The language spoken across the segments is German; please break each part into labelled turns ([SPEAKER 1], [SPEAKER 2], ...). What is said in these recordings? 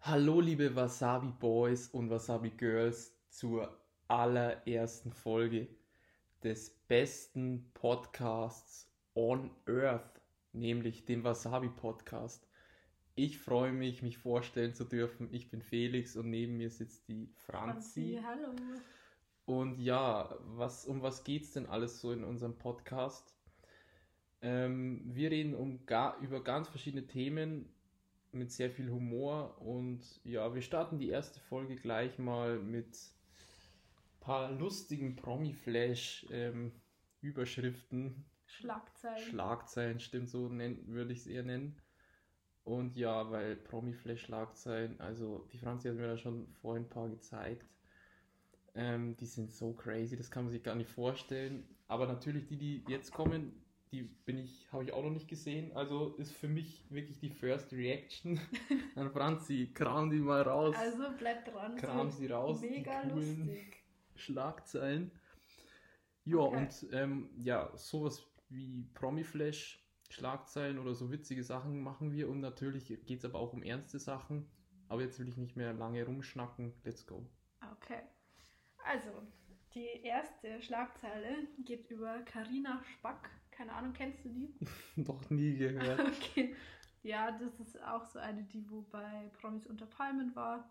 [SPEAKER 1] Hallo liebe Wasabi Boys und Wasabi Girls zur allerersten Folge des besten Podcasts on Earth, nämlich dem Wasabi Podcast. Ich freue mich, mich vorstellen zu dürfen. Ich bin Felix und neben mir sitzt die Franzi.
[SPEAKER 2] hallo.
[SPEAKER 1] Und ja, was, um was geht's denn alles so in unserem Podcast? Ähm, wir reden um ga, über ganz verschiedene Themen mit sehr viel Humor und ja, wir starten die erste Folge gleich mal mit paar lustigen ähm, Promi-Flash-Überschriften.
[SPEAKER 2] Schlagzeilen.
[SPEAKER 1] Schlagzeilen, stimmt, so nenn- würde ich es eher nennen. Und ja, weil Promi-Flash-Schlagzeilen, also die Franzi hat mir da schon vorhin ein paar gezeigt. Ähm, die sind so crazy, das kann man sich gar nicht vorstellen. Aber natürlich die, die jetzt kommen, die bin ich, habe ich auch noch nicht gesehen. Also ist für mich wirklich die First Reaction an Franzi. Kram die mal raus.
[SPEAKER 2] also bleibt dran. es
[SPEAKER 1] kram
[SPEAKER 2] wird
[SPEAKER 1] sie raus. die
[SPEAKER 2] Mega
[SPEAKER 1] coolen-
[SPEAKER 2] lustig.
[SPEAKER 1] Schlagzeilen. Ja,
[SPEAKER 2] Okay.
[SPEAKER 1] und ähm, ja, sowas wie Promi-Flash, Schlagzeilen oder so witzige Sachen machen wir. Und natürlich geht es aber auch um ernste Sachen. Aber jetzt will ich nicht mehr lange rumschnacken. Let's go.
[SPEAKER 2] Okay. Also, die erste Schlagzeile geht über Karina Spack. Keine Ahnung, kennst du die?
[SPEAKER 1] Noch nie gehört.
[SPEAKER 2] Okay. Ja, das ist auch so eine, die wo bei Promis unter Palmen war.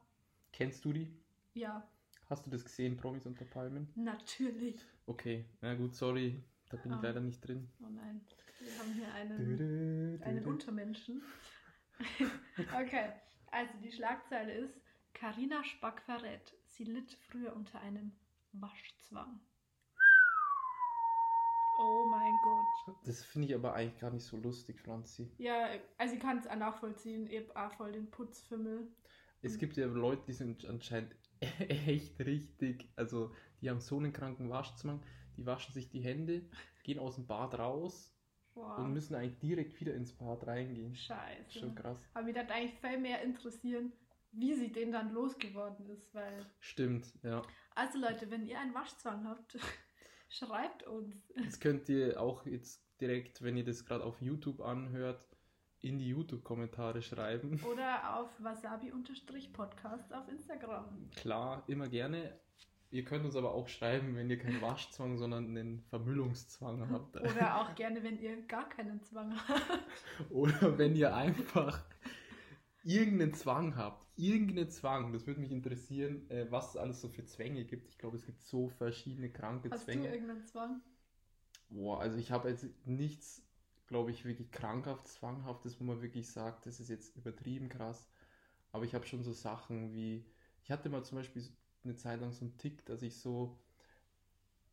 [SPEAKER 1] Kennst du die?
[SPEAKER 2] Ja,
[SPEAKER 1] Hast du das gesehen, Promis unter Palmen?
[SPEAKER 2] natürlich.
[SPEAKER 1] Okay, na gut, sorry. Da bin ich
[SPEAKER 2] Ah.
[SPEAKER 1] leider nicht drin.
[SPEAKER 2] Oh nein, wir haben hier einen
[SPEAKER 1] Dö, dö,
[SPEAKER 2] einen
[SPEAKER 1] dö.
[SPEAKER 2] Untermenschen. okay, also die Schlagzeile ist: Karina Spack verrät, sie litt früher unter einem Waschzwang. Oh mein Gott.
[SPEAKER 1] Das finde ich aber eigentlich gar nicht so lustig, Franzi.
[SPEAKER 2] Ja, also ich kann es auch nachvollziehen. Ich hab auch voll den Putzfimmel.
[SPEAKER 1] Es
[SPEAKER 2] Mhm.
[SPEAKER 1] gibt ja Leute, die sind anscheinend echt richtig, also die haben so einen kranken Waschzwang, die waschen sich die Hände, gehen aus dem Bad raus und
[SPEAKER 2] Boah,
[SPEAKER 1] müssen eigentlich direkt wieder ins Bad reingehen.
[SPEAKER 2] scheiße.
[SPEAKER 1] Schon krass.
[SPEAKER 2] Aber mich würde eigentlich viel mehr interessieren, wie sie den dann losgeworden ist. Weil,
[SPEAKER 1] Stimmt, ja.
[SPEAKER 2] also Leute, wenn ihr einen Waschzwang habt, schreibt uns.
[SPEAKER 1] Das könnt ihr auch jetzt direkt, wenn ihr das gerade auf YouTube anhört, in die YouTube-Kommentare schreiben.
[SPEAKER 2] Oder auf wasabi-podcast auf Instagram.
[SPEAKER 1] Klar, immer gerne. Ihr könnt uns aber auch schreiben, wenn ihr keinen Waschzwang, sondern einen Vermüllungszwang habt.
[SPEAKER 2] Oder auch gerne, wenn ihr gar keinen Zwang habt.
[SPEAKER 1] Oder wenn ihr einfach irgendeinen Zwang habt, irgendeinen Zwang, das würde mich interessieren, äh, was es alles so für Zwänge gibt. Ich glaube, es gibt so verschiedene kranke
[SPEAKER 2] Hast du
[SPEAKER 1] Zwänge.
[SPEAKER 2] irgendeinen Zwang?
[SPEAKER 1] Boah, also ich habe jetzt nichts, glaube ich, wirklich krankhaft, zwanghaftes, wo man wirklich sagt, das ist jetzt übertrieben krass. Aber ich habe schon so Sachen wie, ich hatte mal zum Beispiel eine Zeit lang so einen Tick, dass ich so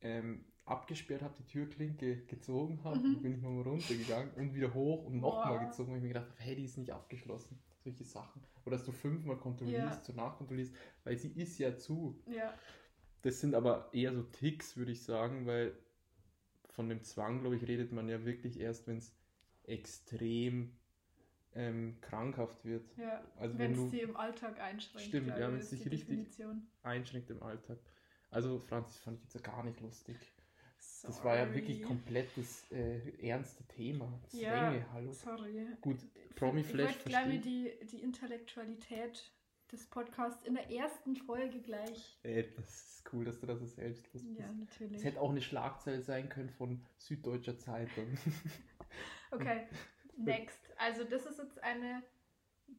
[SPEAKER 1] ähm, abgesperrt habe, die Türklinke gezogen habe,
[SPEAKER 2] Mhm.
[SPEAKER 1] und bin ich nochmal runtergegangen und wieder hoch und nochmal
[SPEAKER 2] Boah.
[SPEAKER 1] gezogen, weil ich mir gedacht habe, hey, die ist nicht abgeschlossen. Solche Sachen. Oder dass du fünfmal kontrollierst, so nachkontrollierst, weil sie ist ja zu.
[SPEAKER 2] Ja.
[SPEAKER 1] Das sind aber eher so Ticks, würde ich sagen, weil von dem Zwang, glaube ich, redet man ja wirklich erst, wenn es extrem ähm, krankhaft wird.
[SPEAKER 2] ja.
[SPEAKER 1] Also wenn
[SPEAKER 2] wenn es
[SPEAKER 1] du
[SPEAKER 2] sie im Alltag einschränkt.
[SPEAKER 1] Stimmt,
[SPEAKER 2] glaube
[SPEAKER 1] ja,
[SPEAKER 2] ich,
[SPEAKER 1] wenn es
[SPEAKER 2] ist
[SPEAKER 1] dich
[SPEAKER 2] die
[SPEAKER 1] richtig-
[SPEAKER 2] Definition.
[SPEAKER 1] einschränkt im Alltag. Also Franzis fand ich jetzt gar nicht lustig.
[SPEAKER 2] Sorry.
[SPEAKER 1] Das war ja wirklich komplettes äh, ernste Thema.
[SPEAKER 2] Ja.
[SPEAKER 1] Zwänge, hallo.
[SPEAKER 2] Sorry.
[SPEAKER 1] Gut, Promi
[SPEAKER 2] Ich wollte
[SPEAKER 1] Flash
[SPEAKER 2] gleich mal
[SPEAKER 1] verstehe.
[SPEAKER 2] die, die Intellektualität des Podcasts in der ersten Folge gleich.
[SPEAKER 1] Ey, Äh, das ist cool, dass du das so selbstlos bist.
[SPEAKER 2] Ja,
[SPEAKER 1] Es
[SPEAKER 2] natürlich.
[SPEAKER 1] hätte auch eine Schlagzeile sein können von Süddeutscher Zeitung.
[SPEAKER 2] Okay, next. Also das ist jetzt eine,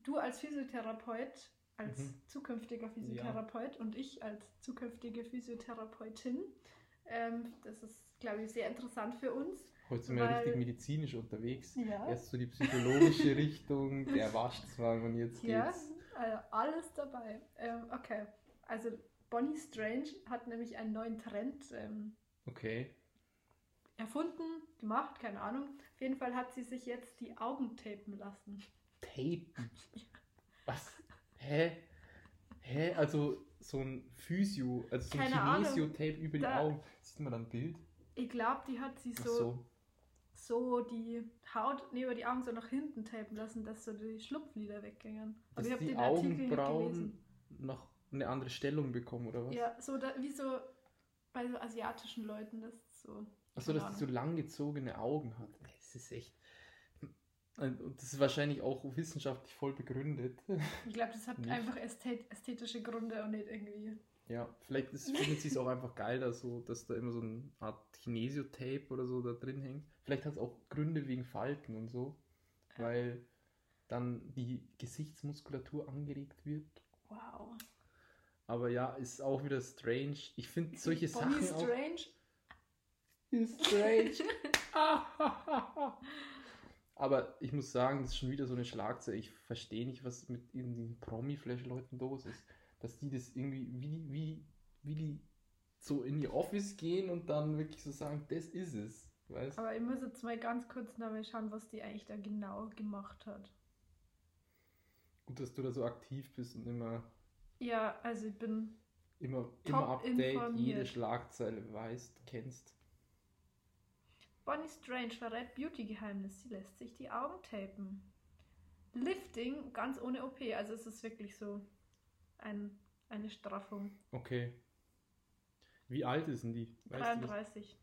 [SPEAKER 2] du als Physiotherapeut, als
[SPEAKER 1] Mhm.
[SPEAKER 2] zukünftiger Physiotherapeut und ich als zukünftige Physiotherapeutin. Ähm, das ist, glaube ich, sehr interessant für uns.
[SPEAKER 1] Heute sind wir ja
[SPEAKER 2] Weil-
[SPEAKER 1] richtig medizinisch unterwegs.
[SPEAKER 2] Ja.
[SPEAKER 1] Erst so die psychologische Richtung, der Waschzwang und jetzt
[SPEAKER 2] Ja,
[SPEAKER 1] geht's.
[SPEAKER 2] äh, alles dabei. Ähm, okay, also Bonnie Strange hat nämlich einen neuen Trend ähm,
[SPEAKER 1] Okay.
[SPEAKER 2] erfunden, gemacht, keine Ahnung. Auf jeden Fall hat sie sich jetzt die Augen tapen lassen.
[SPEAKER 1] Tapen. Was? Hä? Hä? Also so ein Physio, also so ein
[SPEAKER 2] Keine Ahnung.
[SPEAKER 1] Kinesio-Tape über die
[SPEAKER 2] Da-
[SPEAKER 1] Augen. Sieht man dann ein Bild?
[SPEAKER 2] Ich glaube, die hat sie
[SPEAKER 1] Ach
[SPEAKER 2] so
[SPEAKER 1] so.
[SPEAKER 2] so die Haut nee, über die Augen so nach hinten tapen lassen, dass so die Schlupflider weggingen.
[SPEAKER 1] Dass
[SPEAKER 2] hab
[SPEAKER 1] die
[SPEAKER 2] den Artikel nicht
[SPEAKER 1] Augenbrauen
[SPEAKER 2] gelesen.
[SPEAKER 1] noch eine andere Stellung bekommen, oder was?
[SPEAKER 2] Ja, so da, wie so bei so asiatischen Leuten das so.
[SPEAKER 1] Achso, dass
[SPEAKER 2] keine
[SPEAKER 1] die so lang gezogene Augen hat. Es ist echt. Und das ist wahrscheinlich auch wissenschaftlich voll begründet.
[SPEAKER 2] Ich glaube, das hat
[SPEAKER 1] Nicht.
[SPEAKER 2] einfach ästhet ästhetische Gründe und nicht irgendwie.
[SPEAKER 1] Ja, vielleicht ist, finden sie es auch einfach geil, dass, so, dass da immer so eine Art Kinesiotape oder so da drin hängt. Vielleicht hat es auch Gründe wegen Falten und so, weil dann die Gesichtsmuskulatur angeregt wird.
[SPEAKER 2] Wow.
[SPEAKER 1] Aber ja, ist auch wieder strange. Ich finde solche
[SPEAKER 2] Bonnie
[SPEAKER 1] Sachen auch
[SPEAKER 2] Strange?
[SPEAKER 1] ist strange. Aber ich muss sagen, das ist schon wieder so eine Schlagzeile. Ich verstehe nicht, was mit in den Promi-Flash-Leuten los ist. Dass die das irgendwie, wie die, wie, wie die so in ihr Office gehen und dann wirklich so sagen, das ist es. Weißt du?
[SPEAKER 2] Aber ich muss jetzt mal ganz kurz nochmal schauen, was die eigentlich da genau gemacht hat.
[SPEAKER 1] Gut, dass du da so aktiv bist und immer,
[SPEAKER 2] Ja, also ich bin.
[SPEAKER 1] immer, immer Update, jede
[SPEAKER 2] informiert.
[SPEAKER 1] Schlagzeile weißt, kennst.
[SPEAKER 2] Bonnie Strange verrät Beauty-Geheimnis. Sie lässt sich die Augen tapen. Lifting ganz ohne OP. Also es ist wirklich so ein, eine Straffung.
[SPEAKER 1] Okay. Wie alt ist denn die? Weißt du das?
[SPEAKER 2] 33.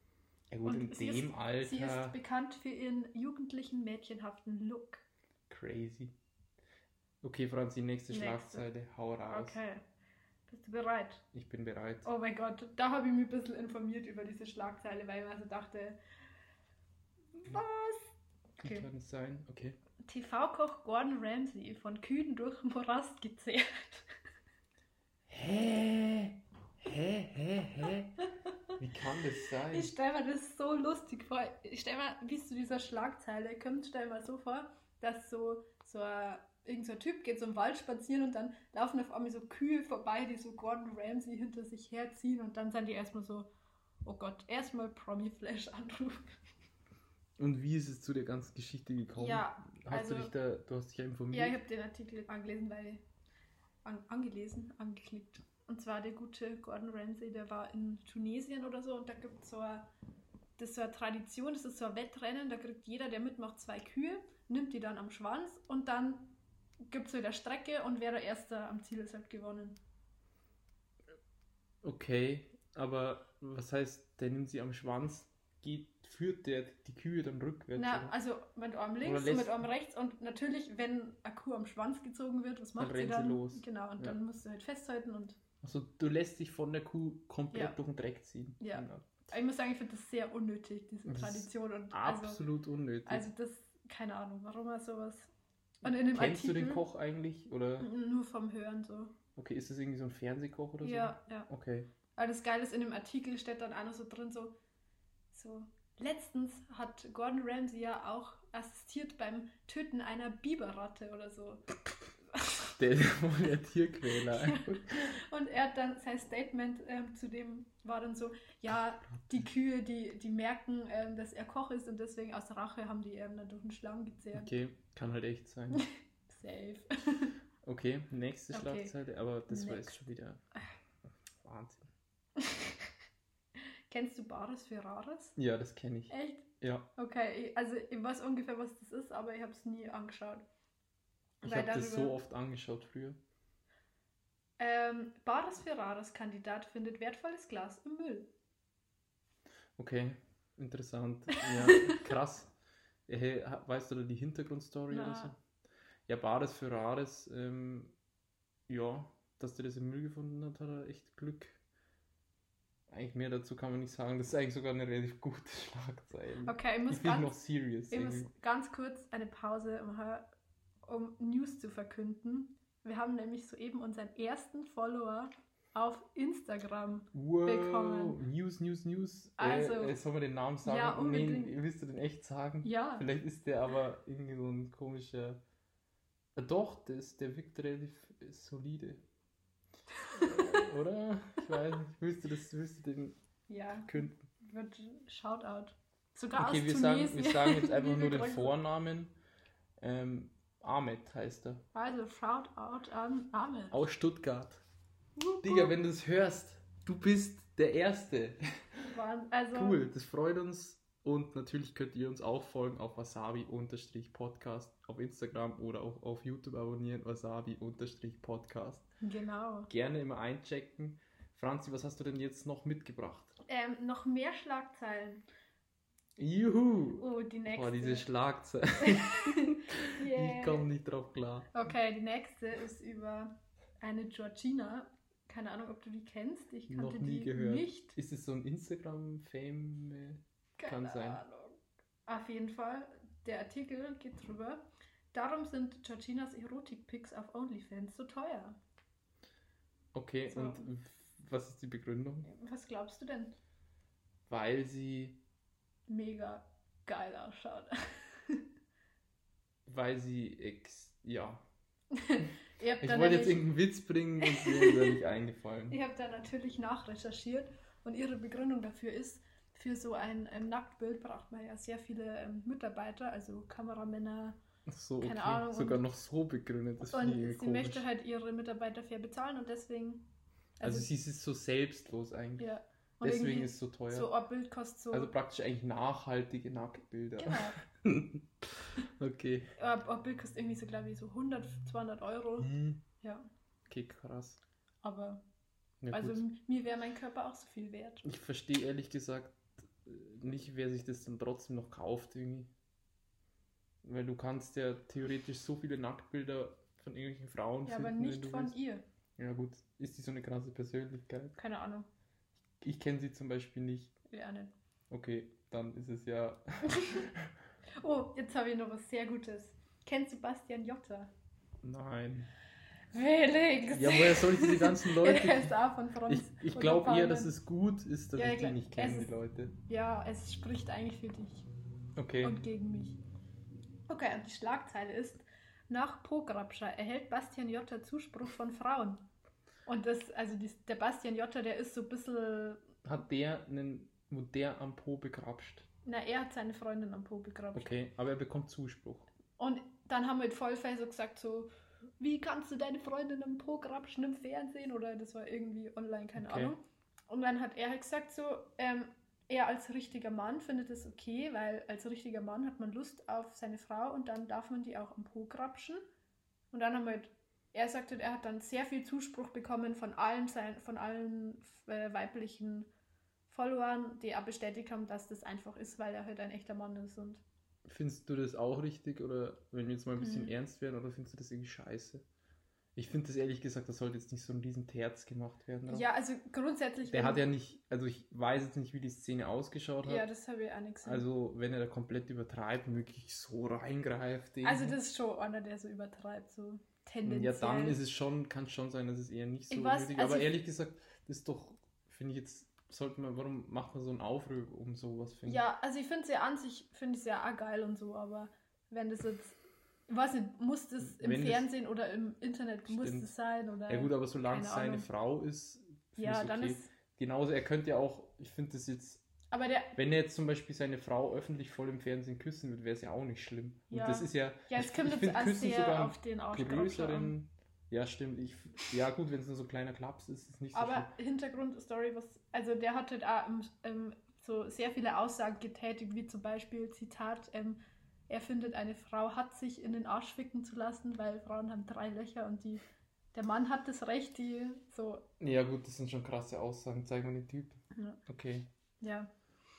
[SPEAKER 1] Ja gut,
[SPEAKER 2] Und
[SPEAKER 1] in
[SPEAKER 2] sie
[SPEAKER 1] dem
[SPEAKER 2] ist-
[SPEAKER 1] Alter.
[SPEAKER 2] Sie ist bekannt für ihren jugendlichen, mädchenhaften Look.
[SPEAKER 1] Crazy. Okay, Franzi, nächste,
[SPEAKER 2] Nächste.
[SPEAKER 1] Schlagzeile. Hau raus.
[SPEAKER 2] Okay. Bist du bereit?
[SPEAKER 1] Ich bin bereit.
[SPEAKER 2] Oh mein Gott, da habe ich mich ein bisschen informiert über diese Schlagzeile, weil ich mir also dachte, was?
[SPEAKER 1] Wie
[SPEAKER 2] Okay.
[SPEAKER 1] kann es sein? Okay.
[SPEAKER 2] TV-Koch Gordon Ramsay von Kühen durch Morast gezehrt.
[SPEAKER 1] Hä? Hä? Hä? Hä? Wie kann das sein?
[SPEAKER 2] Ich stelle mir das so lustig vor. Ich stelle mir, wie es zu dieser Schlagzeile kommt, stelle mir so vor, dass so, so ein, irgend so ein Typ geht so im Wald spazieren und dann laufen auf einmal so Kühe vorbei, die so Gordon Ramsay hinter sich herziehen und dann sind die erstmal so, oh Gott, erstmal Promi-Flash anrufen.
[SPEAKER 1] Und wie ist es zu der ganzen Geschichte gekommen?
[SPEAKER 2] Ja,
[SPEAKER 1] Hast
[SPEAKER 2] also-
[SPEAKER 1] du dich da, du hast dich ja
[SPEAKER 2] Ja,
[SPEAKER 1] informiert?
[SPEAKER 2] ich habe den Artikel angelesen, weil an, angelesen, angeklickt. Und zwar der gute Gordon Ramsay, der war in Tunesien oder so und da gibt es so eine, das ist so eine Tradition, das ist so ein Wettrennen, da kriegt jeder, der mitmacht, zwei Kühe, nimmt die dann am Schwanz und dann gibt es wieder Strecke und wer der Erste am Ziel ist, hat gewonnen.
[SPEAKER 1] Okay, aber was heißt, der nimmt sie am Schwanz, geht, führt der die Kühe dann rückwärts?
[SPEAKER 2] Na,
[SPEAKER 1] oder?
[SPEAKER 2] also mit Arm
[SPEAKER 1] Oder
[SPEAKER 2] links und
[SPEAKER 1] lässt-
[SPEAKER 2] mit Arm rechts und natürlich, wenn eine Kuh am Schwanz gezogen wird, was
[SPEAKER 1] Dann
[SPEAKER 2] macht sie
[SPEAKER 1] rennt sie
[SPEAKER 2] dann?
[SPEAKER 1] los.
[SPEAKER 2] Genau, und
[SPEAKER 1] Ja.
[SPEAKER 2] dann musst du halt festhalten und
[SPEAKER 1] also du lässt dich von der Kuh komplett
[SPEAKER 2] Ja.
[SPEAKER 1] durch den Dreck ziehen.
[SPEAKER 2] Ja. Ich muss sagen, ich finde das sehr unnötig, diese
[SPEAKER 1] Das ist
[SPEAKER 2] Tradition. Und also,
[SPEAKER 1] Absolut unnötig.
[SPEAKER 2] also das, keine Ahnung, warum er sowas. Und in dem
[SPEAKER 1] Kennst du
[SPEAKER 2] Artikel, Mhm.
[SPEAKER 1] den Koch eigentlich? Oder?
[SPEAKER 2] Nur vom Hören so.
[SPEAKER 1] Okay, ist das irgendwie so ein Fernsehkoch oder so?
[SPEAKER 2] Ja, ja.
[SPEAKER 1] Okay.
[SPEAKER 2] Aber das Geile ist, in dem Artikel steht dann einer so drin, so, so. Letztens hat Gordon Ramsay ja auch assistiert beim Töten einer Biberratte oder so.
[SPEAKER 1] Der ist wohl der Tierquäler. einfach.
[SPEAKER 2] Und er hat dann sein Statement ähm, zu dem war dann so, ja, die Kühe, die, die merken, ähm, dass er Koch ist und deswegen aus Rache haben die ähm, dann durch den Schlamm gezerrt.
[SPEAKER 1] Okay, kann halt echt sein.
[SPEAKER 2] Safe.
[SPEAKER 1] Okay, nächste
[SPEAKER 2] Okay.
[SPEAKER 1] Schlagzeile, aber das war jetzt
[SPEAKER 2] Next.
[SPEAKER 1] schon wieder Wahnsinn.
[SPEAKER 2] Kennst du Bares für Rares?
[SPEAKER 1] Ja, das kenne ich.
[SPEAKER 2] Echt?
[SPEAKER 1] Ja,
[SPEAKER 2] Okay, ich- also ich weiß ungefähr, was das ist, aber ich habe es nie angeschaut.
[SPEAKER 1] ich
[SPEAKER 2] Weil
[SPEAKER 1] habe das
[SPEAKER 2] darüber-
[SPEAKER 1] so oft angeschaut früher.
[SPEAKER 2] Ähm, Bares für Rares Kandidat findet wertvolles Glas im Müll.
[SPEAKER 1] Okay, interessant. Ja, krass. Hey, ha- weißt du da die Hintergrundstory oder
[SPEAKER 2] Na.
[SPEAKER 1] so? Ja, Bares für Rares. Ähm, ja, dass der das im Müll gefunden hat, hat er echt Glück. Eigentlich mehr dazu kann man nicht sagen. Das ist eigentlich sogar eine relativ gute Schlagzeile.
[SPEAKER 2] Okay, ich
[SPEAKER 1] Hm. Ich
[SPEAKER 2] muss,
[SPEAKER 1] bin noch
[SPEAKER 2] ganz,
[SPEAKER 1] serious.
[SPEAKER 2] ich muss
[SPEAKER 1] irgendwie.
[SPEAKER 2] ganz kurz eine Pause machen, um News zu verkünden. Wir haben nämlich soeben unseren ersten Follower auf Instagram.
[SPEAKER 1] Wow,
[SPEAKER 2] bekommen.
[SPEAKER 1] News, News, News.
[SPEAKER 2] Also-
[SPEAKER 1] äh, äh, soll man den Namen sagen?
[SPEAKER 2] Ja, unbedingt.
[SPEAKER 1] Nee, willst du den echt sagen?
[SPEAKER 2] Ja,
[SPEAKER 1] Vielleicht ist der aber irgendwie so ein komischer. Ah, Doch, der, ist, der wirkt relativ äh, solide. Äh, Oder? Ich weiß nicht. Willst du, das, willst du den
[SPEAKER 2] ja,
[SPEAKER 1] können?
[SPEAKER 2] wird Shoutout. Sogar
[SPEAKER 1] Okay,
[SPEAKER 2] aus
[SPEAKER 1] wir sagen, wir
[SPEAKER 2] Tunesien.
[SPEAKER 1] sagen jetzt einfach
[SPEAKER 2] Liebe
[SPEAKER 1] nur den
[SPEAKER 2] Grüße.
[SPEAKER 1] Vornamen. Ähm, Ahmed heißt er.
[SPEAKER 2] Also Shoutout an Ahmed.
[SPEAKER 1] Aus Stuttgart.
[SPEAKER 2] Wup,
[SPEAKER 1] Digga,
[SPEAKER 2] wup.
[SPEAKER 1] wenn du es hörst, du bist der Erste.
[SPEAKER 2] Wahnsinn. Also,
[SPEAKER 1] Cool, das freut uns. Und natürlich könnt ihr uns auch folgen auf Wasabi-Podcast auf Instagram oder auch auf YouTube abonnieren, Wasabi-Podcast.
[SPEAKER 2] Genau.
[SPEAKER 1] Gerne immer einchecken. Franzi, was hast du denn jetzt noch mitgebracht?
[SPEAKER 2] Ähm, noch mehr Schlagzeilen.
[SPEAKER 1] Juhu!
[SPEAKER 2] Oh, die nächste.
[SPEAKER 1] Boah, diese Schlagzeilen.
[SPEAKER 2] Yeah.
[SPEAKER 1] Ich komme nicht drauf klar.
[SPEAKER 2] Okay, die nächste ist über eine Georgina. Keine Ahnung, ob du die kennst. Ich kannte
[SPEAKER 1] Noch nie
[SPEAKER 2] die
[SPEAKER 1] gehört.
[SPEAKER 2] nicht.
[SPEAKER 1] Ist es so ein Instagram-Fame? äh,
[SPEAKER 2] Keine
[SPEAKER 1] Kann sein.
[SPEAKER 2] Ahnung. Auf jeden Fall, der Artikel geht drüber. Darum sind Georginas Erotik-Pics auf OnlyFans so teuer.
[SPEAKER 1] Okay,
[SPEAKER 2] So.
[SPEAKER 1] und was ist die Begründung?
[SPEAKER 2] Was glaubst du denn?
[SPEAKER 1] Weil sie,
[SPEAKER 2] Mega geil ausschaut.
[SPEAKER 1] weil sie ex, ja.
[SPEAKER 2] Ihr habt
[SPEAKER 1] Ich
[SPEAKER 2] da
[SPEAKER 1] wollte jetzt
[SPEAKER 2] nämlich-
[SPEAKER 1] irgendeinen Witz bringen, das ist mir wieder nicht eingefallen.
[SPEAKER 2] Ich habe da natürlich nachrecherchiert und ihre Begründung dafür ist, für so ein, ein Nacktbild braucht man ja sehr viele ähm, Mitarbeiter, also Kameramänner.
[SPEAKER 1] Ach So, okay.
[SPEAKER 2] keine Ahnung,
[SPEAKER 1] Sogar
[SPEAKER 2] und-
[SPEAKER 1] noch so begründet, das
[SPEAKER 2] und
[SPEAKER 1] finde ich
[SPEAKER 2] sie
[SPEAKER 1] irgendwie komisch.
[SPEAKER 2] möchte halt ihre Mitarbeiter fair bezahlen und deswegen.
[SPEAKER 1] also, sie ist so selbstlos eigentlich.
[SPEAKER 2] ja, und
[SPEAKER 1] Deswegen
[SPEAKER 2] irgendwie
[SPEAKER 1] ist es so teuer.
[SPEAKER 2] so ein Bild kostet so.
[SPEAKER 1] also praktisch eigentlich nachhaltige Nacktbilder.
[SPEAKER 2] genau.
[SPEAKER 1] okay.
[SPEAKER 2] Ein ein Bild kostet irgendwie so, glaube ich, so 100, 200 Euro.
[SPEAKER 1] Hm.
[SPEAKER 2] Ja,
[SPEAKER 1] Okay, krass.
[SPEAKER 2] aber
[SPEAKER 1] Ja,
[SPEAKER 2] also
[SPEAKER 1] gut.
[SPEAKER 2] m- mir wäre mein Körper auch so viel wert.
[SPEAKER 1] Ich verstehe ehrlich gesagt äh, nicht, wer sich das dann trotzdem noch kauft irgendwie. Weil du kannst ja theoretisch so viele Nacktbilder von irgendwelchen Frauen
[SPEAKER 2] Ja,
[SPEAKER 1] finden,
[SPEAKER 2] aber
[SPEAKER 1] wenn
[SPEAKER 2] nicht
[SPEAKER 1] du
[SPEAKER 2] von
[SPEAKER 1] willst.
[SPEAKER 2] ihr.
[SPEAKER 1] Ja gut, ist die so eine krasse Persönlichkeit?
[SPEAKER 2] Keine Ahnung.
[SPEAKER 1] Ich kenne sie zum Beispiel nicht.
[SPEAKER 2] Ja, nicht.
[SPEAKER 1] Okay, dann ist es ja.
[SPEAKER 2] Oh, jetzt habe ich noch was sehr Gutes. Kennst du Bastian Jotta?
[SPEAKER 1] Nein.
[SPEAKER 2] Felix!
[SPEAKER 1] Ja, woher soll ich diese ganzen Leute?
[SPEAKER 2] Er ist auch von Franz.
[SPEAKER 1] Ich, ich glaube eher, dass es gut ist, dass
[SPEAKER 2] Ja,
[SPEAKER 1] ich die
[SPEAKER 2] klar.
[SPEAKER 1] nicht
[SPEAKER 2] Es
[SPEAKER 1] kenne,
[SPEAKER 2] ist-
[SPEAKER 1] die Leute.
[SPEAKER 2] Ja, es spricht eigentlich für dich
[SPEAKER 1] Okay.
[SPEAKER 2] und gegen mich. Okay, und die Schlagzeile ist: Nach Pograbscher erhält Bastian Jotta Zuspruch von Frauen. Und das, also die, der Bastian Jotta, der ist so ein bisschen.
[SPEAKER 1] Hat der einen, wo der am Po begrapscht?
[SPEAKER 2] Na, er hat seine Freundin am Po begrapscht.
[SPEAKER 1] Okay, aber er bekommt Zuspruch.
[SPEAKER 2] Und dann haben wir in Vollfall so gesagt, so, wie kannst du deine Freundin im Po grapschen im Fernsehen? Oder das war irgendwie online, keine
[SPEAKER 1] Okay.
[SPEAKER 2] Ahnung. Und dann hat er halt gesagt, so, ähm, er als richtiger Mann findet es okay, weil als richtiger Mann hat man Lust auf seine Frau und dann darf man die auch am Po grapschen. Und dann haben wir, halt, er sagt, halt, er hat dann sehr viel Zuspruch bekommen von allen, sein, von allen äh, weiblichen Followern, die auch bestätigt haben, dass das einfach ist, weil er halt ein echter Mann ist und
[SPEAKER 1] Findest du das auch richtig oder wenn wir jetzt mal ein bisschen
[SPEAKER 2] Mhm.
[SPEAKER 1] ernst werden oder findest du das irgendwie scheiße? Ich finde das ehrlich gesagt, das sollte jetzt nicht so ein riesen Terz gemacht werden. drauf.
[SPEAKER 2] Ja, also grundsätzlich.
[SPEAKER 1] Der
[SPEAKER 2] wenn-
[SPEAKER 1] hat ja nicht, also ich weiß jetzt nicht, wie die Szene ausgeschaut hat.
[SPEAKER 2] Ja, das habe ich auch nicht gesehen. Also,
[SPEAKER 1] also wenn er da komplett übertreibt und wirklich so reingreift. irgendwie,
[SPEAKER 2] Also das ist schon einer, der so übertreibt, so Hm, tendenziell.
[SPEAKER 1] ja, dann ist es schon, kann es schon sein, dass es eher nicht so
[SPEAKER 2] Ich weiß,
[SPEAKER 1] nötig
[SPEAKER 2] also
[SPEAKER 1] Aber
[SPEAKER 2] ich-
[SPEAKER 1] ehrlich gesagt, das ist doch, finde ich jetzt, sollte man, warum macht man so einen Aufruhr um sowas? finde ich?
[SPEAKER 2] Ja, also ich finde es ja an sich, finde ich es ja auch geil und so, aber wenn das jetzt. Ich weiß nicht, muss das im
[SPEAKER 1] Wenn das-
[SPEAKER 2] Fernsehen oder im Internet muss
[SPEAKER 1] Stimmt.
[SPEAKER 2] das sein? Oder,
[SPEAKER 1] Ja gut, aber solange
[SPEAKER 2] keine
[SPEAKER 1] es seine
[SPEAKER 2] Ahnung.
[SPEAKER 1] Frau ist, finde
[SPEAKER 2] ja,
[SPEAKER 1] ich
[SPEAKER 2] dann
[SPEAKER 1] okay.
[SPEAKER 2] ist.
[SPEAKER 1] Genauso, er könnte ja auch, ich finde das jetzt,
[SPEAKER 2] Aber der.
[SPEAKER 1] wenn er jetzt zum Beispiel seine Frau öffentlich voll im Fernsehen küssen würde, wäre es ja auch nicht schlimm.
[SPEAKER 2] Ja.
[SPEAKER 1] Und das ist ja,
[SPEAKER 2] Ja,
[SPEAKER 1] ich,
[SPEAKER 2] es kommt
[SPEAKER 1] ich
[SPEAKER 2] jetzt
[SPEAKER 1] finde
[SPEAKER 2] auch
[SPEAKER 1] Küssen
[SPEAKER 2] sehr
[SPEAKER 1] sogar
[SPEAKER 2] auf den
[SPEAKER 1] einen
[SPEAKER 2] Ausgrabscher an.
[SPEAKER 1] größeren, ja stimmt, ich, ja gut, wenn es nur so ein kleiner Klaps ist, ist nicht so schlimm.
[SPEAKER 2] Aber Hintergrundstory, was, also der hat halt auch im, ähm, so sehr viele Aussagen getätigt, wie zum Beispiel, Zitat, ähm, er findet, eine Frau hat sich in den Arsch ficken zu lassen, weil Frauen haben drei Löcher und die, der Mann hat das Recht, die so,
[SPEAKER 1] Ja gut, das sind schon krasse Aussagen, zeig mal den Typ.
[SPEAKER 2] Ja.
[SPEAKER 1] Okay,
[SPEAKER 2] ja,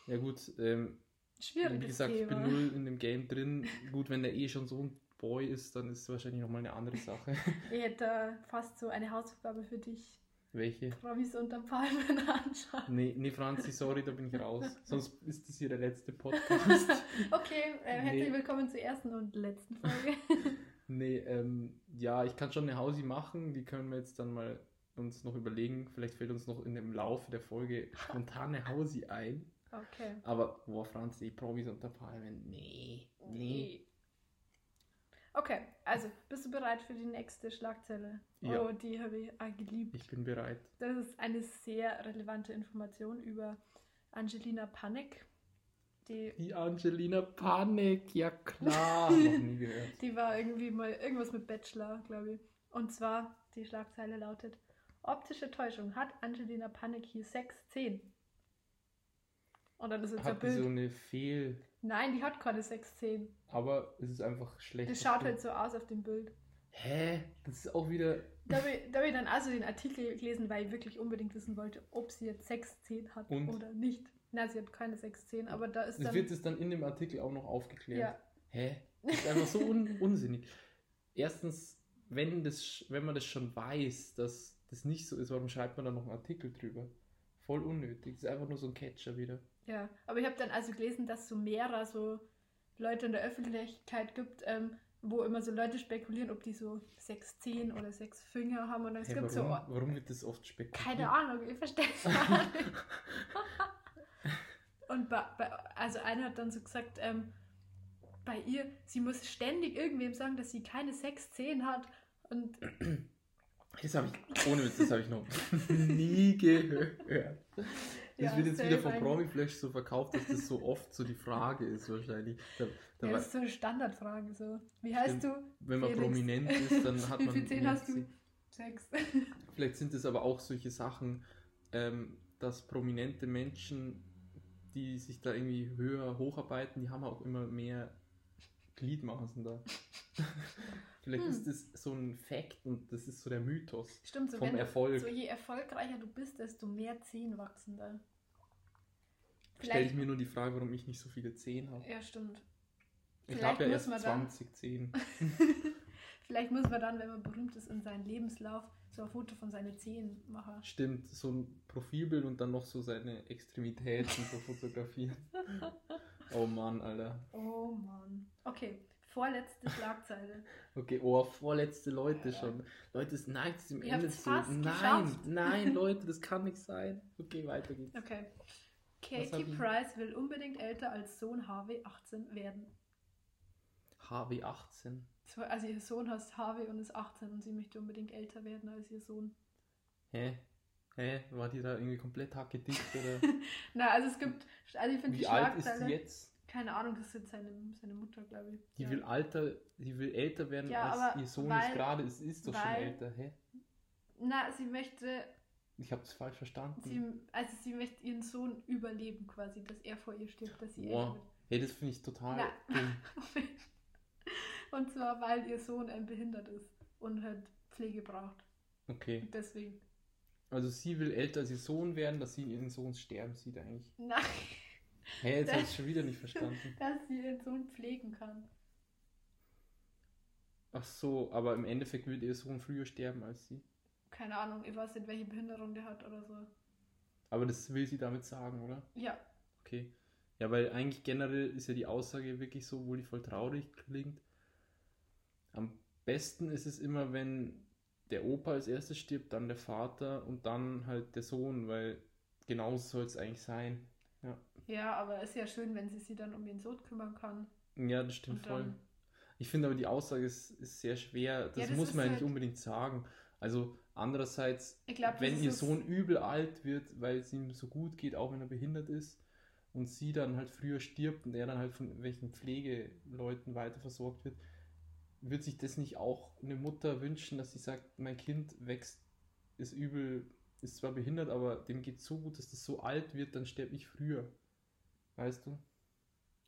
[SPEAKER 1] ja gut, ähm,
[SPEAKER 2] schwieriges
[SPEAKER 1] wie gesagt, ich
[SPEAKER 2] Thema.
[SPEAKER 1] bin null in dem Game drin. Gut, wenn der eh schon so ein Boy ist, dann ist es wahrscheinlich nochmal eine andere Sache.
[SPEAKER 2] Ich hätte da fast so eine Hausaufgabe für dich,
[SPEAKER 1] Welche?
[SPEAKER 2] Promis unter Palmen anschauen.
[SPEAKER 1] Nee, nee, Franzi, sorry, da bin ich raus. Sonst ist das hier der letzte Podcast.
[SPEAKER 2] Okay, äh,
[SPEAKER 1] Nee.
[SPEAKER 2] herzlich willkommen zur ersten und letzten Folge.
[SPEAKER 1] Nee, ähm, ja, ich kann schon eine Hausi machen, die können wir jetzt dann mal uns noch überlegen. Vielleicht fällt uns noch in dem Laufe der Folge spontane Hausi ein.
[SPEAKER 2] Okay.
[SPEAKER 1] Aber, boah, Franzi, Promis unter Palmen, nee, nee.
[SPEAKER 2] Okay, also bist du bereit für die nächste Schlagzeile?
[SPEAKER 1] Ja.
[SPEAKER 2] Oh, die habe ich auch geliebt.
[SPEAKER 1] Ich bin bereit.
[SPEAKER 2] Das ist eine sehr relevante Information über Angelina Panek. Die,
[SPEAKER 1] Die Angelina Panik, ja klar. noch nie gehört.
[SPEAKER 2] die war irgendwie mal irgendwas mit Bachelor, glaube ich. Und zwar, die Schlagzeile lautet: Optische Täuschung. Hat Angelina Panek hier 610? Und dann ist jetzt ein
[SPEAKER 1] Hat die
[SPEAKER 2] Bild.
[SPEAKER 1] so eine Fehl...
[SPEAKER 2] Nein, die hat keine 610.
[SPEAKER 1] Aber es ist einfach schlecht.
[SPEAKER 2] Das schaut halt so aus auf dem Bild.
[SPEAKER 1] Hä? Das ist auch wieder.
[SPEAKER 2] Da habe ich, da hab ich dann also den Artikel gelesen, weil ich wirklich unbedingt wissen wollte, ob sie jetzt 6, 10 hat
[SPEAKER 1] Und?
[SPEAKER 2] oder nicht. Na, sie hat keine 610, aber da ist
[SPEAKER 1] Das
[SPEAKER 2] dann.
[SPEAKER 1] wird es dann in dem Artikel auch noch aufgeklärt.
[SPEAKER 2] Ja.
[SPEAKER 1] Hä? Das ist einfach so un unsinnig. Erstens, wenn, das, sch- wenn man das schon weiß, dass das nicht so ist, warum schreibt man dann noch einen Artikel drüber? Voll unnötig. Das ist einfach nur so ein Catcher wieder.
[SPEAKER 2] Ja, aber ich habe dann also gelesen, dass so mehrere so Leute in der Öffentlichkeit gibt, ähm, wo immer so Leute spekulieren, ob die so sechs Zehen oder sechs Finger haben und es
[SPEAKER 1] Hä,
[SPEAKER 2] gibt so.
[SPEAKER 1] warum, warum wird das oft spekuliert?
[SPEAKER 2] Keine Ahnung, ich verstehe es nicht. Und bei, bei, also einer hat dann so gesagt, ähm, bei ihr, sie muss ständig irgendwem sagen, dass sie keine sechs Zehen hat. Und
[SPEAKER 1] Das habe ich, ohne Witz, das habe ich noch nie gehört. Das
[SPEAKER 2] Ja,
[SPEAKER 1] wird jetzt
[SPEAKER 2] same
[SPEAKER 1] wieder von
[SPEAKER 2] eigentlich.
[SPEAKER 1] Promiflash so verkauft, dass das so oft so die Frage ist wahrscheinlich. Da, da
[SPEAKER 2] ja,
[SPEAKER 1] war-
[SPEAKER 2] das ist so eine Standardfrage. So. Wie heißt
[SPEAKER 1] Stimmt.
[SPEAKER 2] du?
[SPEAKER 1] wenn man
[SPEAKER 2] Felix.
[SPEAKER 1] prominent ist, dann hat
[SPEAKER 2] Wie
[SPEAKER 1] man...
[SPEAKER 2] viel Zehen
[SPEAKER 1] mehr
[SPEAKER 2] hast du?
[SPEAKER 1] Zehen.
[SPEAKER 2] Sechs.
[SPEAKER 1] Vielleicht sind es aber auch solche Sachen, ähm, dass prominente Menschen, die sich da irgendwie höher hocharbeiten, die haben auch immer mehr Gliedmaßen da. Vielleicht
[SPEAKER 2] Hm.
[SPEAKER 1] ist das so ein Fact und das ist so der Mythos.
[SPEAKER 2] Stimmt, so,
[SPEAKER 1] Vom
[SPEAKER 2] Also wenn du,
[SPEAKER 1] Erfolg.
[SPEAKER 2] so je erfolgreicher du bist, desto mehr Zehen wachsen da.
[SPEAKER 1] Stelle ich
[SPEAKER 2] Vielleicht.
[SPEAKER 1] mir nur die Frage, warum ich nicht so viele Zehen habe.
[SPEAKER 2] Ja, stimmt.
[SPEAKER 1] Ich
[SPEAKER 2] Vielleicht
[SPEAKER 1] habe ja erst
[SPEAKER 2] muss man dann-
[SPEAKER 1] 20 Zehen.
[SPEAKER 2] Vielleicht muss man dann, wenn man berühmt ist, in seinen Lebenslauf so ein Foto von seinen Zehen machen.
[SPEAKER 1] Stimmt, so ein Profilbild und dann noch so seine Extremitäten so fotografieren. Oh Mann, Alter.
[SPEAKER 2] Oh Mann. Okay, vorletzte Schlagzeile.
[SPEAKER 1] Okay, oh, vorletzte Leute schon. Leute, es neigt sich im
[SPEAKER 2] Ihr
[SPEAKER 1] Ende
[SPEAKER 2] habt's
[SPEAKER 1] zu.
[SPEAKER 2] fast
[SPEAKER 1] Nein,
[SPEAKER 2] geschafft.
[SPEAKER 1] nein, Leute, das kann nicht sein. Okay, weiter geht's.
[SPEAKER 2] Okay.
[SPEAKER 1] Was hab
[SPEAKER 2] Katie
[SPEAKER 1] ich?
[SPEAKER 2] Price will unbedingt älter als Sohn Harvey 18 werden.
[SPEAKER 1] HW 18.
[SPEAKER 2] So, Also ihr Sohn heißt Harvey und ist 18 und sie möchte unbedingt älter werden als ihr Sohn.
[SPEAKER 1] Hä? Hä? War die da irgendwie komplett hackedicht oder?
[SPEAKER 2] Na, also es gibt, also ich finde die
[SPEAKER 1] Wie alt ist
[SPEAKER 2] Schlagzeile,
[SPEAKER 1] die jetzt?
[SPEAKER 2] keine Ahnung, das ist jetzt seine, seine Mutter, glaube ich.
[SPEAKER 1] Die
[SPEAKER 2] ja.
[SPEAKER 1] will alter, die will älter werden
[SPEAKER 2] Ja,
[SPEAKER 1] als
[SPEAKER 2] aber
[SPEAKER 1] ihr Sohn
[SPEAKER 2] weil-
[SPEAKER 1] ist gerade. Es ist doch schon
[SPEAKER 2] weil-
[SPEAKER 1] älter. Hä?
[SPEAKER 2] Na, sie möchte,
[SPEAKER 1] Ich hab's falsch verstanden.
[SPEAKER 2] sie, also sie möchte ihren Sohn überleben quasi, dass er vor ihr stirbt, dass sie
[SPEAKER 1] Boah.
[SPEAKER 2] älter wird.
[SPEAKER 1] Hey, das finde ich total
[SPEAKER 2] Na.
[SPEAKER 1] dumm.
[SPEAKER 2] Und zwar, weil ihr Sohn ein behindert ist und halt Pflege braucht.
[SPEAKER 1] Okay.
[SPEAKER 2] Und deswegen.
[SPEAKER 1] Also sie will älter als ihr Sohn werden, dass sie ihren Sohn sterben sieht eigentlich.
[SPEAKER 2] Nein,
[SPEAKER 1] Hä, jetzt
[SPEAKER 2] Das-
[SPEAKER 1] habe ich schon wieder nicht verstanden.
[SPEAKER 2] dass sie ihren Sohn pflegen kann.
[SPEAKER 1] Ach so, aber im Endeffekt wird ihr Sohn früher sterben als sie.
[SPEAKER 2] Keine Ahnung, ich weiß nicht, welche Behinderung der hat oder so.
[SPEAKER 1] Aber das will sie damit sagen, oder?
[SPEAKER 2] Ja,
[SPEAKER 1] Okay. Ja, weil eigentlich generell ist ja die Aussage wirklich so, wo die voll traurig klingt. Am besten ist es immer, wenn der Opa als erstes stirbt, dann der Vater und dann halt der Sohn, weil genauso soll es eigentlich sein.
[SPEAKER 2] ja, aber ist ja schön, wenn sie sich dann um ihren Sohn kümmern kann.
[SPEAKER 1] Ja, das stimmt
[SPEAKER 2] Und
[SPEAKER 1] voll.
[SPEAKER 2] dann-
[SPEAKER 1] Ich finde aber die Aussage ist, ist sehr schwer. Das,
[SPEAKER 2] das
[SPEAKER 1] muss
[SPEAKER 2] ist
[SPEAKER 1] man ja
[SPEAKER 2] halt-
[SPEAKER 1] nicht unbedingt sagen. Also andererseits,
[SPEAKER 2] Ich glaub, das
[SPEAKER 1] wenn
[SPEAKER 2] ist
[SPEAKER 1] ihr
[SPEAKER 2] so-
[SPEAKER 1] Sohn übel alt wird, weil es ihm so gut geht, auch wenn er behindert ist, und sie dann halt früher stirbt und er dann halt von welchen Pflegeleuten weiter versorgt wird, wird sich das nicht auch eine Mutter wünschen, dass sie sagt, mein Kind wächst, ist übel, ist zwar behindert, aber dem geht so gut, dass das so alt wird, dann sterbe ich früher. Weißt du?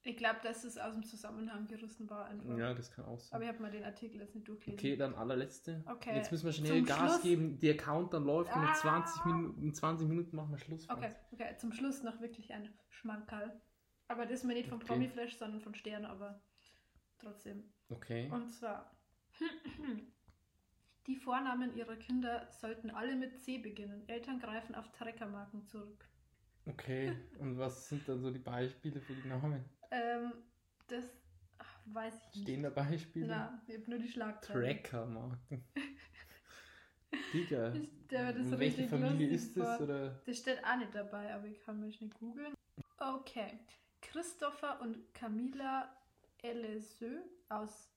[SPEAKER 2] Ich glaube, dass es aus dem Zusammenhang gerissen war einfach.
[SPEAKER 1] Ja, das kann auch sein.
[SPEAKER 2] Mhm. Aber ich habe mal den Artikel jetzt nicht durchgelesen.
[SPEAKER 1] Okay, dann allerletzte.
[SPEAKER 2] Okay,
[SPEAKER 1] Jetzt müssen wir schnell
[SPEAKER 2] zum
[SPEAKER 1] Gas
[SPEAKER 2] Schluss.
[SPEAKER 1] geben. Der Countdown läuft und in
[SPEAKER 2] Ah.
[SPEAKER 1] 20 Minuten, in 20 Minuten machen wir Schluss.
[SPEAKER 2] Okay, okay, zum Schluss noch wirklich ein Schmankerl. Aber das ist mir nicht von
[SPEAKER 1] Okay.
[SPEAKER 2] Promiflash, sondern von Stern, aber trotzdem.
[SPEAKER 1] Okay.
[SPEAKER 2] Und zwar, die Vornamen ihrer Kinder sollten alle mit C beginnen. Eltern greifen auf Treckermarken zurück.
[SPEAKER 1] Okay. Und was sind dann so die Beispiele für die Namen?
[SPEAKER 2] Ähm, das ach, weiß ich nicht.
[SPEAKER 1] Stehen da Beispiele?
[SPEAKER 2] Na, ich hab nur die Schlagzeilen.
[SPEAKER 1] Tracker-Marken. Digga.
[SPEAKER 2] Ich stell mir das
[SPEAKER 1] um welche
[SPEAKER 2] richtig
[SPEAKER 1] Familie
[SPEAKER 2] lustig
[SPEAKER 1] ist das?
[SPEAKER 2] vor.
[SPEAKER 1] Oder?
[SPEAKER 2] Das steht auch nicht dabei, aber ich kann mich nicht googeln. Okay. Christopher und Camila Elesö aus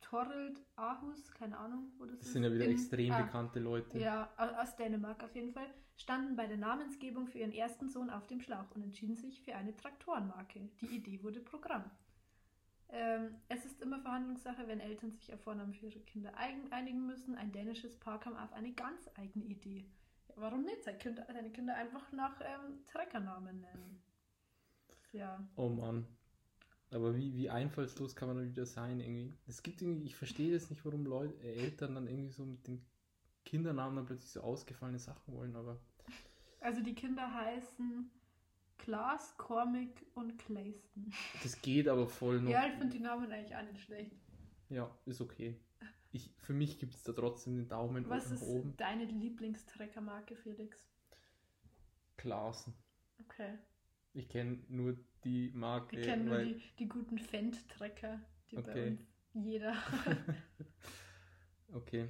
[SPEAKER 2] Torreld Aarhus, keine Ahnung, wo das,
[SPEAKER 1] Das
[SPEAKER 2] ist.
[SPEAKER 1] sind ja wieder
[SPEAKER 2] In-
[SPEAKER 1] extrem
[SPEAKER 2] ah,
[SPEAKER 1] bekannte Leute.
[SPEAKER 2] Ja, au- aus Dänemark auf jeden Fall, standen bei der Namensgebung für ihren ersten Sohn auf dem Schlauch und entschieden sich für eine Traktorenmarke. Die Idee wurde Programm. Ähm, es ist immer Verhandlungssache, wenn Eltern sich auf Vornamen für ihre Kinder eigen einigen müssen. Ein dänisches Paar kam auf eine ganz eigene Idee. Ja, warum nicht? Seine Kinder, seine Kinder einfach nach ähm, Treckernamen nennen. Ja.
[SPEAKER 1] Oh Mann. Aber wie, wie einfallslos kann man dann wieder sein irgendwie? Es gibt irgendwie, ich verstehe jetzt nicht, warum Leute, äh, Eltern dann irgendwie so mit den Kindernamen dann plötzlich so ausgefallene Sachen wollen, aber
[SPEAKER 2] Also die Kinder heißen Klaas, Cormick und Clayston.
[SPEAKER 1] Das geht aber voll noch.
[SPEAKER 2] Ja, ich finde die Namen eigentlich auch nicht schlecht.
[SPEAKER 1] Ja, ist okay. Ich, für mich gibt es da trotzdem den Daumen
[SPEAKER 2] Was
[SPEAKER 1] nach
[SPEAKER 2] ist
[SPEAKER 1] oben.
[SPEAKER 2] deine Lieblingstreckermarke, Felix?
[SPEAKER 1] Klaassen.
[SPEAKER 2] Okay.
[SPEAKER 1] Ich kenne nur die Marke.
[SPEAKER 2] Wir kennen nur
[SPEAKER 1] weil-
[SPEAKER 2] die, die guten Fendt-Trecker, die bei
[SPEAKER 1] Okay.
[SPEAKER 2] uns jeder.
[SPEAKER 1] Okay.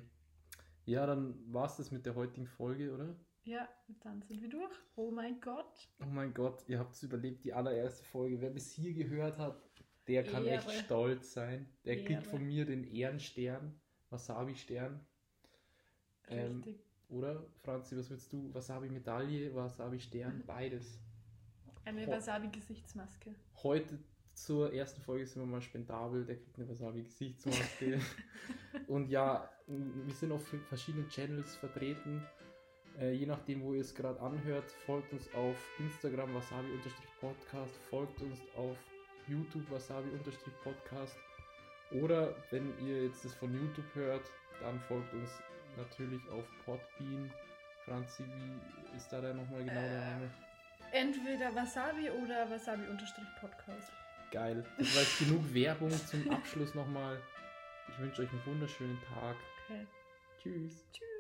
[SPEAKER 1] Ja, dann war es das mit der heutigen Folge, oder?
[SPEAKER 2] ja, dann sind wir durch. Oh mein Gott.
[SPEAKER 1] Oh mein Gott, ihr habt es überlebt, die allererste Folge. Wer bis hier gehört hat, der kann echt
[SPEAKER 2] Ehre.
[SPEAKER 1] stolz sein. Der
[SPEAKER 2] Ehre.
[SPEAKER 1] kriegt von mir den Ehrenstern, Wasabi-Stern. Ähm,
[SPEAKER 2] Richtig.
[SPEAKER 1] Oder, Franzi, was willst du? Wasabi-Medaille,
[SPEAKER 2] Mhm.
[SPEAKER 1] Wasabi-Stern, beides.
[SPEAKER 2] Eine
[SPEAKER 1] ho-
[SPEAKER 2] Wasabi-Gesichtsmaske.
[SPEAKER 1] Heute zur ersten Folge sind wir mal spendabel, der kriegt eine Wasabi-Gesichtsmaske. Und ja, m- wir sind auf verschiedenen Channels vertreten. Äh, je nachdem, wo ihr es gerade anhört, folgt uns auf Instagram wasabi-podcast, folgt uns auf YouTube wasabi-podcast. Oder wenn ihr jetzt das von YouTube hört, dann folgt uns natürlich auf Podbean. Franzi, wie ist da der nochmal genau der
[SPEAKER 2] Äh,
[SPEAKER 1] Name?
[SPEAKER 2] Entweder Wasabi oder Wasabi-Podcast.
[SPEAKER 1] Geil. Das war jetzt genug Werbung zum Abschluss nochmal. Ich wünsche euch einen wunderschönen Tag.
[SPEAKER 2] Okay.
[SPEAKER 1] Tschüss.
[SPEAKER 2] Tschüss.